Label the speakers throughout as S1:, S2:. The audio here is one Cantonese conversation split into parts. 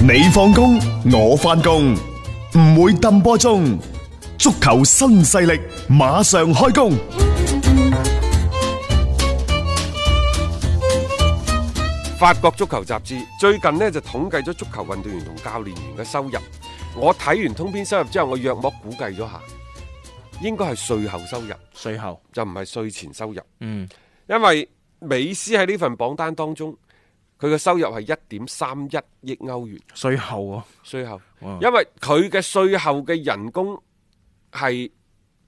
S1: 你放工，我翻工，唔會抌波鐘。足球新勢力馬上開工。
S2: 法國足球雜誌最近呢就統計咗足球運動員同教練員嘅收入。我睇完通篇收入之後，我約莫估計咗下，應該係稅後收入，
S3: 税後，
S2: 就唔係稅前收入。
S3: 嗯，
S2: 因為美斯喺呢份榜單當中，佢嘅收入係一點三一億歐元
S3: 税後喎、
S2: 稅後，
S3: 哇
S2: 因為佢嘅稅後嘅人工係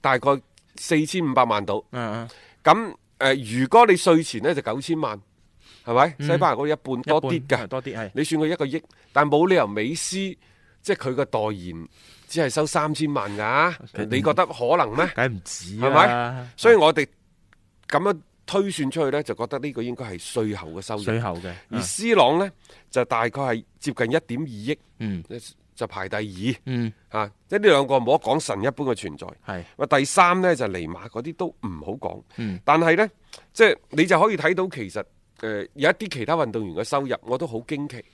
S2: 大概四千五百萬度。
S3: 嗯
S2: 咁誒、呃如果你稅前呢，就九千萬，係咪？西班牙嗰一半
S3: 嗯，
S2: 多啲
S3: 一
S2: 㗎
S3: 半。多啲係，
S2: 你算佢一個億，但冇理由美斯即係佢個代言只係收三千萬㗎，你覺得可能咩？
S3: 梗係唔止
S2: 係
S3: 啦
S2: 咪，？所以我哋咁樣推算出去呢，就覺得呢個應該係税後嘅收
S3: 税
S2: 入。
S3: 後嘅，
S2: 而
S3: 嗯
S2: C 朗呢，就大概係接近一點二億，
S3: 嗯
S2: 就排第二
S3: 嗯
S2: 啊，即係呢兩個冇得講神一般嘅存在。
S3: 係，
S2: 喂，第三呢，就尼馬嗰啲都唔好講，
S3: 嗯
S2: 但係呢，即係你就可以睇到其實誒、呃有一啲其他運動員嘅收入我都好驚奇，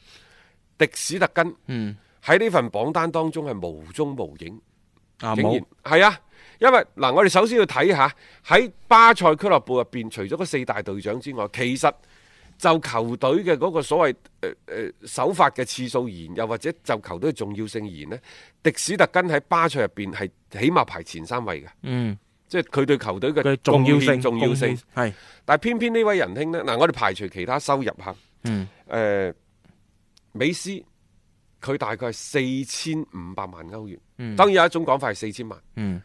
S2: 迪史特根
S3: 嗯
S2: 喺呢份榜單當中係無蹤無影，
S3: 啊
S2: 竟
S3: 冇
S2: 然，係啊，因為嗱，我哋首先要睇下喺巴塞俱樂部入邊，除咗嗰四大隊長之外，其實就球隊嘅嗰個所謂誒誒首發嘅次數而言，又或者就球隊嘅重要性而言呢，迪史特根喺巴塞入邊係起碼排前三位嘅，
S3: 嗯
S2: 即係佢對球隊嘅
S3: 嘅重要
S2: 貢獻
S3: 性
S2: 重要
S3: 貢
S2: 性
S3: 獻。係，
S2: 但係偏偏呢位仁兄呢，嗱，我哋排除其他收入嚇，誒、
S3: 嗯
S2: 美斯佢大概係四千五百萬歐元，
S3: 嗯
S2: 當然有一種講法係四千萬，
S3: 嗯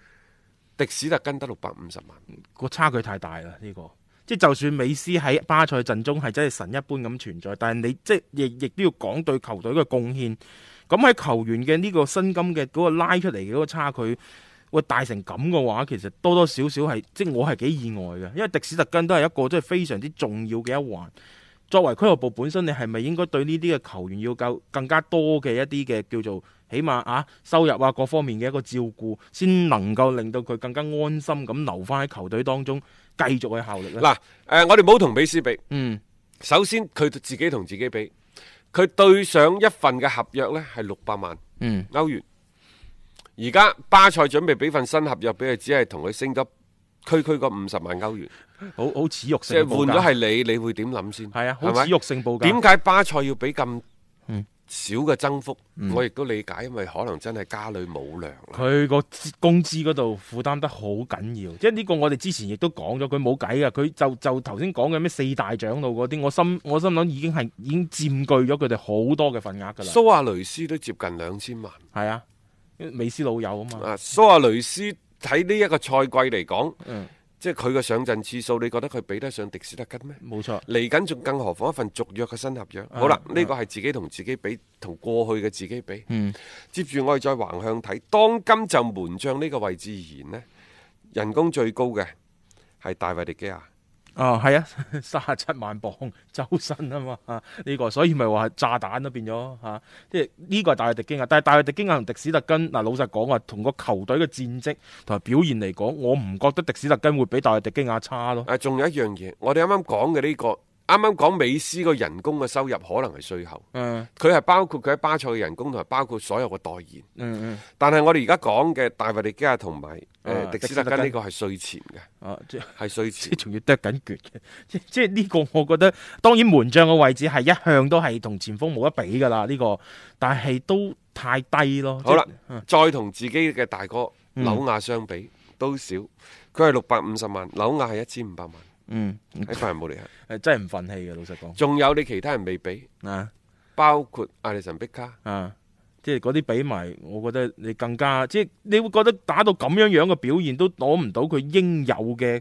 S2: 迪史特根得六百五十萬，
S3: 個差距太大啦呢、個。即係就算美斯喺巴塞陣中係真係神一般咁存在，但係你即係亦亦都要講對球隊嘅貢獻。咁喺球員嘅呢個薪金嘅嗰個拉出嚟嘅嗰個差距，喂大成咁嘅話，其實多多少少係即係我係幾意外嘅，因為迪史特根都係一個即係非常之重要嘅一環。作為俱樂部本身，你係咪應該對呢啲嘅球員要夠更加多嘅一啲嘅叫做起碼啊收入啊各方面嘅一個照顧，先能夠令到佢更加安心咁留翻喺球隊當中繼續去效力咧？
S2: 嗱，誒、呃我哋冇同美斯比，
S3: 嗯，
S2: 首先佢自己同自己比，佢對上一份嘅合約呢係六百萬
S3: 嗯
S2: 歐元，而家巴塞準備俾份新合約俾佢，只係同佢升咗區區嗰五十萬歐元，
S3: 好好恥辱
S2: 即
S3: 性
S2: 係
S3: 嘅報
S2: 換
S3: 價，
S2: 咗係你，你會點諗先？
S3: 係啊，好
S2: 係咪
S3: 恥辱性報價。
S2: 點解巴塞要俾咁
S3: 嗯
S2: 少嘅增幅？我亦都理解，因為可能真係家裏冇糧啦。
S3: 佢個工資嗰度負擔得好緊要，即係呢個我哋之前亦都講咗，佢冇計啊噶，佢就就頭先講嘅咩四大長老嗰啲，我心我心諗已經係已經佔據咗佢哋好多嘅份額㗎啦，
S2: 蘇亞雷斯都接近兩千萬
S3: 係啊，因為美斯老友啊嘛，
S2: 啊！蘇亞雷斯喺呢一個賽季嚟講，
S3: 嗯，
S2: 即係佢嘅上陣次數，你覺得佢比得上迪斯特吉咩？
S3: 冇錯，
S2: 嚟緊仲更何況一份續約嘅新合約。
S3: 啊
S2: 好啦，
S3: 啊
S2: 呢個係自己同自己比，同過去嘅自己比。
S3: 嗯
S2: 接住我哋再橫向睇，當今就門將呢個位置而言呢，人工最高嘅係大衛迪基亞。
S3: 啊係啊， 三十七萬磅周身啊嘛，呢、個所以咪話炸彈都變咗嚇、即係呢個係大衛迪基亞，但係大衛迪基亞同迪史特根嗱，老實講啊，同個球隊嘅戰績同埋表現嚟講，我唔覺得迪史特根會比大衛迪基亞差咯，
S2: 啊，仲有一樣嘢，我哋啱啱講嘅呢個，啱啱講美斯個人工嘅收入可能係税後，
S3: 嗯
S2: 佢係包括佢喺巴塞嘅人工同埋包括所有嘅代言。
S3: 嗯嗯。
S2: 但係我哋而家講嘅大衛利基亞同埋誒
S3: 啊
S2: 迪斯
S3: 迪斯特
S2: 特根
S3: 根
S2: 呢個係税前嘅，
S3: 啊，即
S2: 係税
S3: 即
S2: 前
S3: 係。仲要剁緊橛嘅， 即即係呢個我覺得，當然門將嘅位置係一向都係同前鋒冇得比噶啦，呢、個，但係都太低咯。
S2: 好啦
S3: 即係嗯
S2: 再同自己嘅大哥
S3: 嗯
S2: 紐亞相比都少，佢係六百五十萬，紐亞係一千五百萬
S3: 嗯，
S2: 喺法人慕尼黑。
S3: 誒真係唔憤氣嘅，老實講
S2: 仲有你其他人未比，
S3: 啊
S2: 包括艾利神碧卡。
S3: 啊，即係嗰啲比埋，我覺得你更加即係你會覺得打到咁樣樣嘅表現都攞唔到佢應有嘅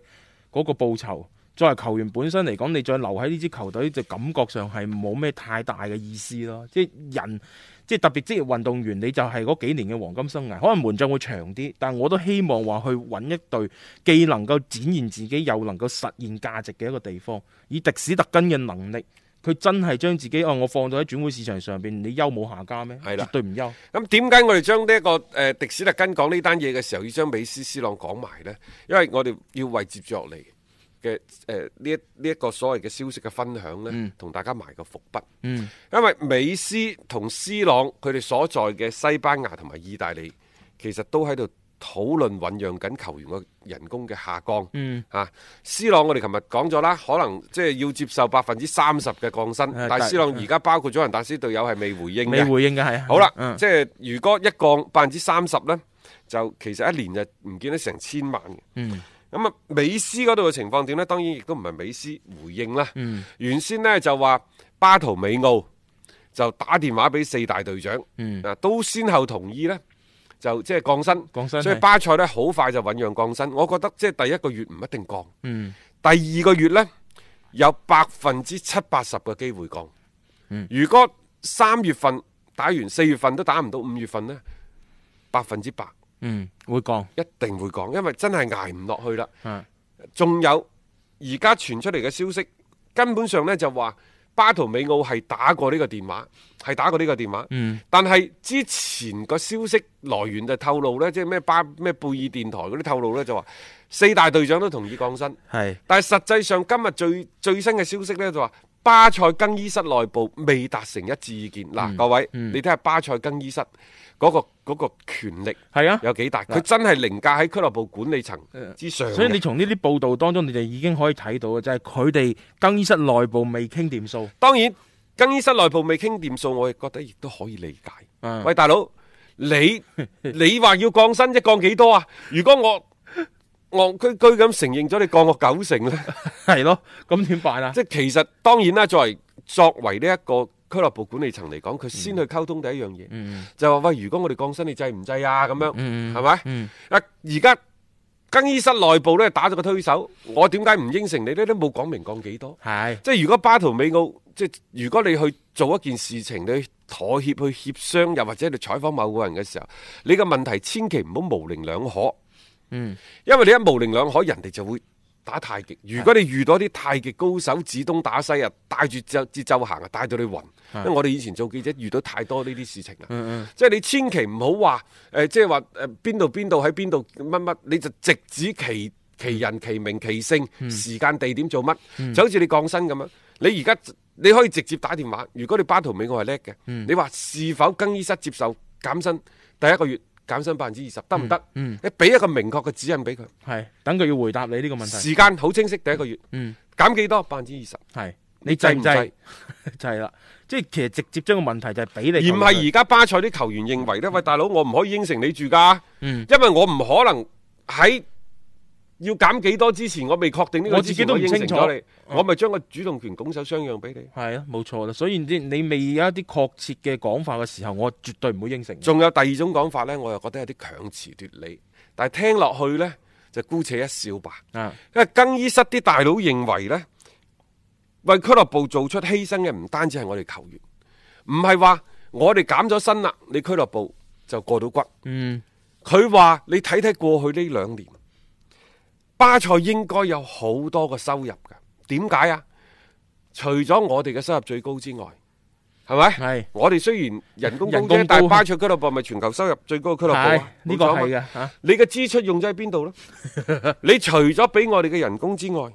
S3: 嗰個報酬。作為球員本身嚟講，你再留喺呢支球隊，就感覺上係冇咩太大嘅意思咯。即係人即係特別職業運動員，你就係嗰幾年嘅黃金生涯，可能門將會長啲，但我都希望話去揾一隊既能夠展現自己，又能夠實現價值嘅一個地方。以迪史特根嘅能力，佢真係將自己哦，我放咗喺轉會市場上邊，你優冇下家咩？
S2: 係啦
S3: 絕對唔優。
S2: 咁點解我哋將呢、一個誒、呃迪斯特根講呢單嘢嘅時候，要將美斯、斯朗講埋呢？因為我哋要為接住落嚟嘅誒呢一呢一個所謂嘅消息嘅分享呢，同、大家埋個伏筆。
S3: 嗯，
S2: 因為美斯同斯朗佢哋所在嘅西班牙同埋意大利，其實都喺度討論醖釀緊球員嘅人工嘅下降。
S3: 嗯，
S2: 啊，斯朗我哋琴日講咗啦，可能即係要接受百分之三十嘅降薪，但
S3: 誒
S2: 係
S3: 啊但
S2: 斯朗而家包括咗人達斯隊友係未回應
S3: 未
S2: 嘅。
S3: 回應嘅係。
S2: 好啦，
S3: 嗯
S2: 即係如果一降百分之三十呢，就其實一年就唔見得成千萬嘅。
S3: 嗯
S2: 咁啊，美斯嗰度嘅情況點呢？當然亦都唔係美斯回應啦。
S3: 嗯
S2: 原先呢就話巴圖美奧就打電話俾四大隊長，
S3: 嗯，
S2: 啊都先後同意呢，就即係降薪。
S3: 講真
S2: 所以
S3: 係
S2: 巴塞呢好快就醖釀降薪。我覺得即係第一個月唔一定降，
S3: 嗯
S2: 第二個月呢，有百分之七八十嘅機會降。
S3: 嗯
S2: 如果三月份打完，四月份都打唔到，五月份呢，百分之百
S3: 嗯會降。
S2: 一定會降，因為真係捱唔落去啦。
S3: 嗯
S2: 仲有而家傳出嚟嘅消息，根本上呢就話巴圖美奧係打過呢個電話，係打過呢個電話。
S3: 嗯
S2: 但係之前個消息來源就透露呢，即係咩巴咩貝爾電台嗰啲透露呢，就話四大隊長都同意降薪。
S3: 係
S2: 但係實際上今日最最新嘅消息呢，就話巴塞更衣室內部未達成一致意見。嗱、
S3: 嗯
S2: 各位，你睇下巴塞更衣室嗰、個嗰、個權力
S3: 係啊。
S2: 有幾大？佢真係凌駕喺俱樂部管理層之上嘅。
S3: 所以你從呢啲報道當中，你哋已經可以睇到嘅，就係佢哋更衣室內部未傾掂數。
S2: 當然，更衣室內部未傾掂數，我亦覺得亦都可以理解。
S3: 嗯
S2: 喂，大佬，你你話要降薪，一降幾多啊？如果我戇居居咁承認咗你降我九 成咧，
S3: 係咯，咁點辦 啊？
S2: 即係其實當然啦，作為作為呢一個俱樂部管理層嚟講，佢先去溝通第一樣嘢，
S3: 嗯
S2: 就話喂，如果我哋降薪，你制唔制啊？咁樣
S3: 嗯
S2: 係咪？
S3: 嗯
S2: 啊，而家更衣室內部咧打咗個推手，我點解唔應承你呢？都冇講明降幾多。
S3: 係
S2: 即係如果巴圖美奧，即係如果你去做一件事情，你去妥協去協商，又或者你採訪某個人嘅時候，你嘅問題千祈唔好模棱兩可，
S3: 嗯
S2: 因為你一模棱兩可，人哋就會打太極。如果你遇到啲太極高手指東打西啊，帶住節節奏行啊，帶到你暈。因為我哋以前做記者遇到太多呢啲事情啦。啊
S3: 嗯
S2: 即係你千祈唔好話誒，即係話誒邊度邊度喺邊度乜乜，你就直指其其人其名其姓、
S3: 嗯
S2: 時間地點做乜，就好似你降薪咁樣。啊你而家你可以直接打電話，如果你巴圖美我係叻嘅，
S3: 嗯
S2: 你話是否更衣室接受減薪？第一個月減薪百分之二十得唔得？
S3: 嗯
S2: 你俾一個明確嘅指引俾佢，
S3: 係等佢要回答你呢個問題。
S2: 時間好清晰，第一個月
S3: 嗯，
S2: 減幾多百分之二十，
S3: 係你制唔
S2: 制
S3: 制？？就係啦，即係其實直接將個問題就係俾
S2: 而
S3: 你
S2: 唔
S3: 求佢。
S2: 係而家巴塞啲球員認為呢，喂大佬，我唔可以應承你住㗎，
S3: 嗯
S2: 因為我唔可能喺要減幾多之前，我未確定呢個
S3: 我
S2: 之
S3: 自
S2: 前
S3: 己都唔
S2: 應承
S3: 清楚嗯
S2: 咗你，我咪將個主動權拱手相讓俾你。
S3: 係啊，冇錯啦。所以你你未有一啲確切嘅講法嘅時候，我絕對唔會應承嘅。
S2: 仲有第二種講法呢，我又覺得有啲強詞奪理，但係聽落去呢，就姑且一笑吧。
S3: 啊，
S2: 因為更衣室啲大佬認為呢，為俱樂部做出犧牲嘅唔單止係我哋球員，唔係話我哋減咗薪啦，你俱樂部就過到骨。
S3: 嗯
S2: 佢話：你睇睇過去呢兩年，巴塞應該有好多個收入㗎。點解啊？除咗我哋嘅收入最高之外，係咪？
S3: 係
S2: 我哋雖然人工高
S3: 人工
S2: 啫
S3: 高，
S2: 但係巴塞俱樂部係咪全球收入最高嘅俱樂部
S3: 係
S2: 啊？
S3: 呢
S2: 冇
S3: 個
S2: 錯啊
S3: 係嘅嚇。
S2: 你嘅支出用咗喺邊度呢？ 你除咗俾我哋嘅人工之外，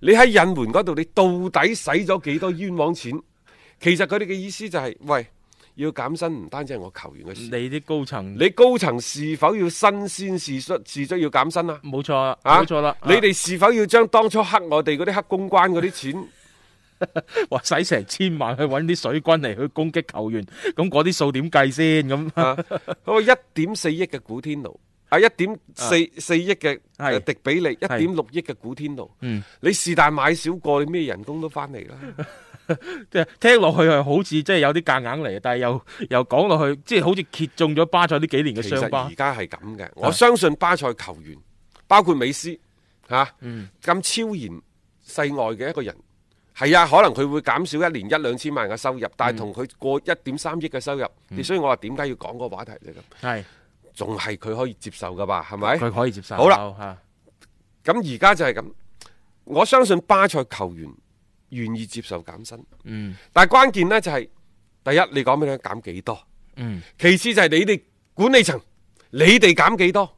S2: 你喺引援嗰度，你到底使咗幾多冤枉錢？其實佢哋嘅意思就係、喂，要減薪唔單止係我球員嘅事。
S3: 你啲高層
S2: 你高層是否要新鮮事出事出要減薪啊？
S3: 冇錯啊，
S2: 啊
S3: 冇錯啦。
S2: 你哋是否要將當初黑我哋嗰啲黑公關嗰啲 錢？
S3: 話使成千萬去揾啲水軍嚟去攻擊球員，咁嗰啲數點計先？咁
S2: 啊，嗰個一點四億嘅古天奴，啊一點四四億嘅
S3: 係
S2: 呃迪比利，一
S3: 係
S2: 點六億嘅古天奴，
S3: 嗯
S2: 你是但買少過，你咩人工都翻嚟啦。
S3: 即係聽落去係好似即係有啲夾硬嚟，但係又 又講落去，即係好似揭中咗巴啊塞呢幾年嘅
S2: 其實
S3: 傷疤
S2: 而。家係咁嘅，我相信巴塞球員，包括美斯嚇，咁、
S3: 嗯
S2: 超然世外嘅一個人，係啊，可能佢會減少一年一兩千萬嘅收入，但
S3: 嗯
S2: 係同佢過一點三億嘅收入，所以我話點解要講嗰個話題啫咁，
S3: 係
S2: 仲係佢可以接受噶吧，係咪？
S3: 佢可以接受。
S2: 好啦
S3: 啦，
S2: 咁而家就係咁，我相信巴塞球員願意接受減薪，
S3: 嗯
S2: 但係關鍵呢就係、第一，你講俾佢聽減幾多，
S3: 嗯
S2: 其次就係你哋管理層，你哋減幾多。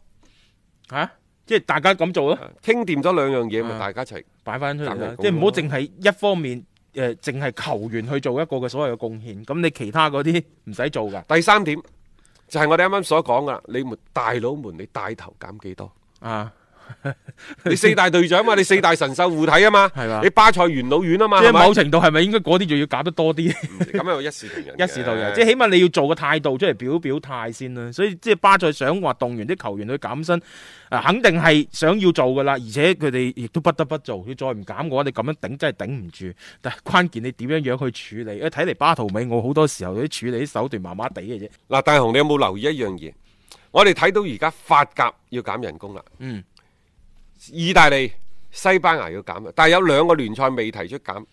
S3: 嚇，即係大家咁做咯，
S2: 傾掂咗兩樣嘢，咪
S3: 啊
S2: 大家一齊
S3: 擺翻出嚟
S2: 大家
S3: 啦
S2: 咁，咯
S3: 即係唔好淨係一方面誒，淨、係球員去做一個嘅所謂嘅貢獻，咁你其他嗰啲唔使做㗎，
S2: 第三點就係我哋啱啱所講噶，你們大佬們你帶頭減幾 多？
S3: 啊，
S2: 你四大隊長嘛，你四大神獸護體啊嘛，
S3: 係嘛
S2: 你巴塞元老院啊嘛，
S3: 即係
S2: 係咪
S3: 某程度係咪應該嗰啲就要搞得多啲？
S2: 咁又一視同仁嘅，
S3: 一視同仁，即係起碼你要做個態度出嚟表表態先啦。所以即係巴塞想話動員啲球員去減薪，啊肯定係想要做噶啦。而且佢哋亦都不得不做，要再唔減嘅話，你咁樣頂真係頂唔住。但係關鍵你點樣樣去處理？誒睇嚟巴圖美我好多時候啲處理啲手段麻麻地嘅啫。
S2: 嗱，大雄，你有冇留意一樣嘢？我哋睇到而家法甲要減人工啦，
S3: 嗯，
S2: 意大利、西班牙要減啦，但係有兩個聯賽未提出減，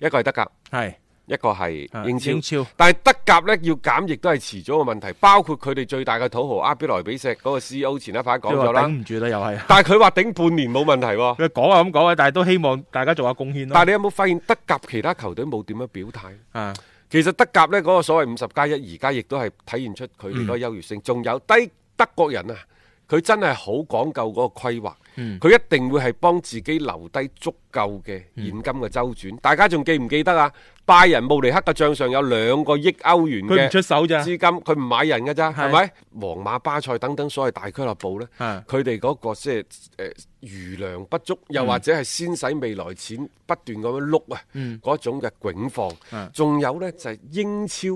S2: 一個係德甲，
S3: 係啊
S2: 一個係英超。
S3: 英超
S2: 但係德甲呢，要減，亦都係遲早嘅問題。包括佢哋最大嘅土豪阿比萊比錫嗰個 CEO 前一排講
S3: 即係話
S2: 咗
S3: 頂
S2: 啦，
S3: 唔住啦，又係
S2: 但係佢話頂半年冇問題喎。
S3: 佢講啊咁講啊，但係都希望大家做下貢獻
S2: 但係
S3: 咯。
S2: 你有冇發現德甲其他球隊冇點樣表態？
S3: 啊，
S2: 其實德甲呢嗰個所謂五十加一，而家亦都係體現出佢哋嗰個優越性。仲、有低德國人啊，佢真係好講究嗰個規劃，佢、
S3: 嗯
S2: 一定會係幫自己留低足夠嘅現金嘅周轉。大家仲記唔記得啊？拜仁慕尼黑嘅帳上有兩個億歐元
S3: 佢唔出
S2: 嘅
S3: 手咋
S2: 資？金，佢唔買人㗎咋，
S3: 係
S2: 係咪？皇馬、巴塞等等所謂大俱樂部呢，
S3: 啊
S2: 佢哋嗰個即係誒餘糧不足，
S3: 嗯
S2: 又或者係先使未來錢不斷咁樣碌啊，嗰、種嘅境況
S3: 嗯。
S2: 仲、有呢，就係、英超。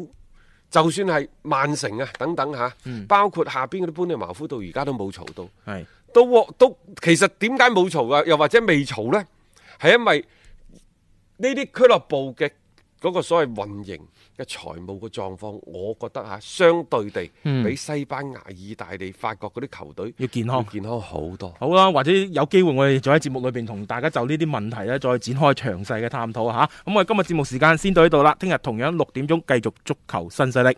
S2: 就算係曼城啊，等等嚇，
S3: 嗯
S2: 包括下邊嗰啲般尼茅夫到而家都冇嘈到，
S3: 係
S2: 都喎都其實點解冇嘈啊？又或者未嘈呢？係因為呢啲俱樂部嘅嗰個所謂運營嘅財務嘅狀況，我覺得嚇、啊相對地
S3: 嗯
S2: 比西班牙、意大利、法國嗰啲球隊
S3: 要健康
S2: 要。健康好多。
S3: 好啦，或者有機會我哋再喺節目裏邊同大家就呢啲問題咧，再展開詳細嘅探討吓。咁我哋今日節目時間先到呢度啦，聽日同樣六點鐘繼續足球新勢力。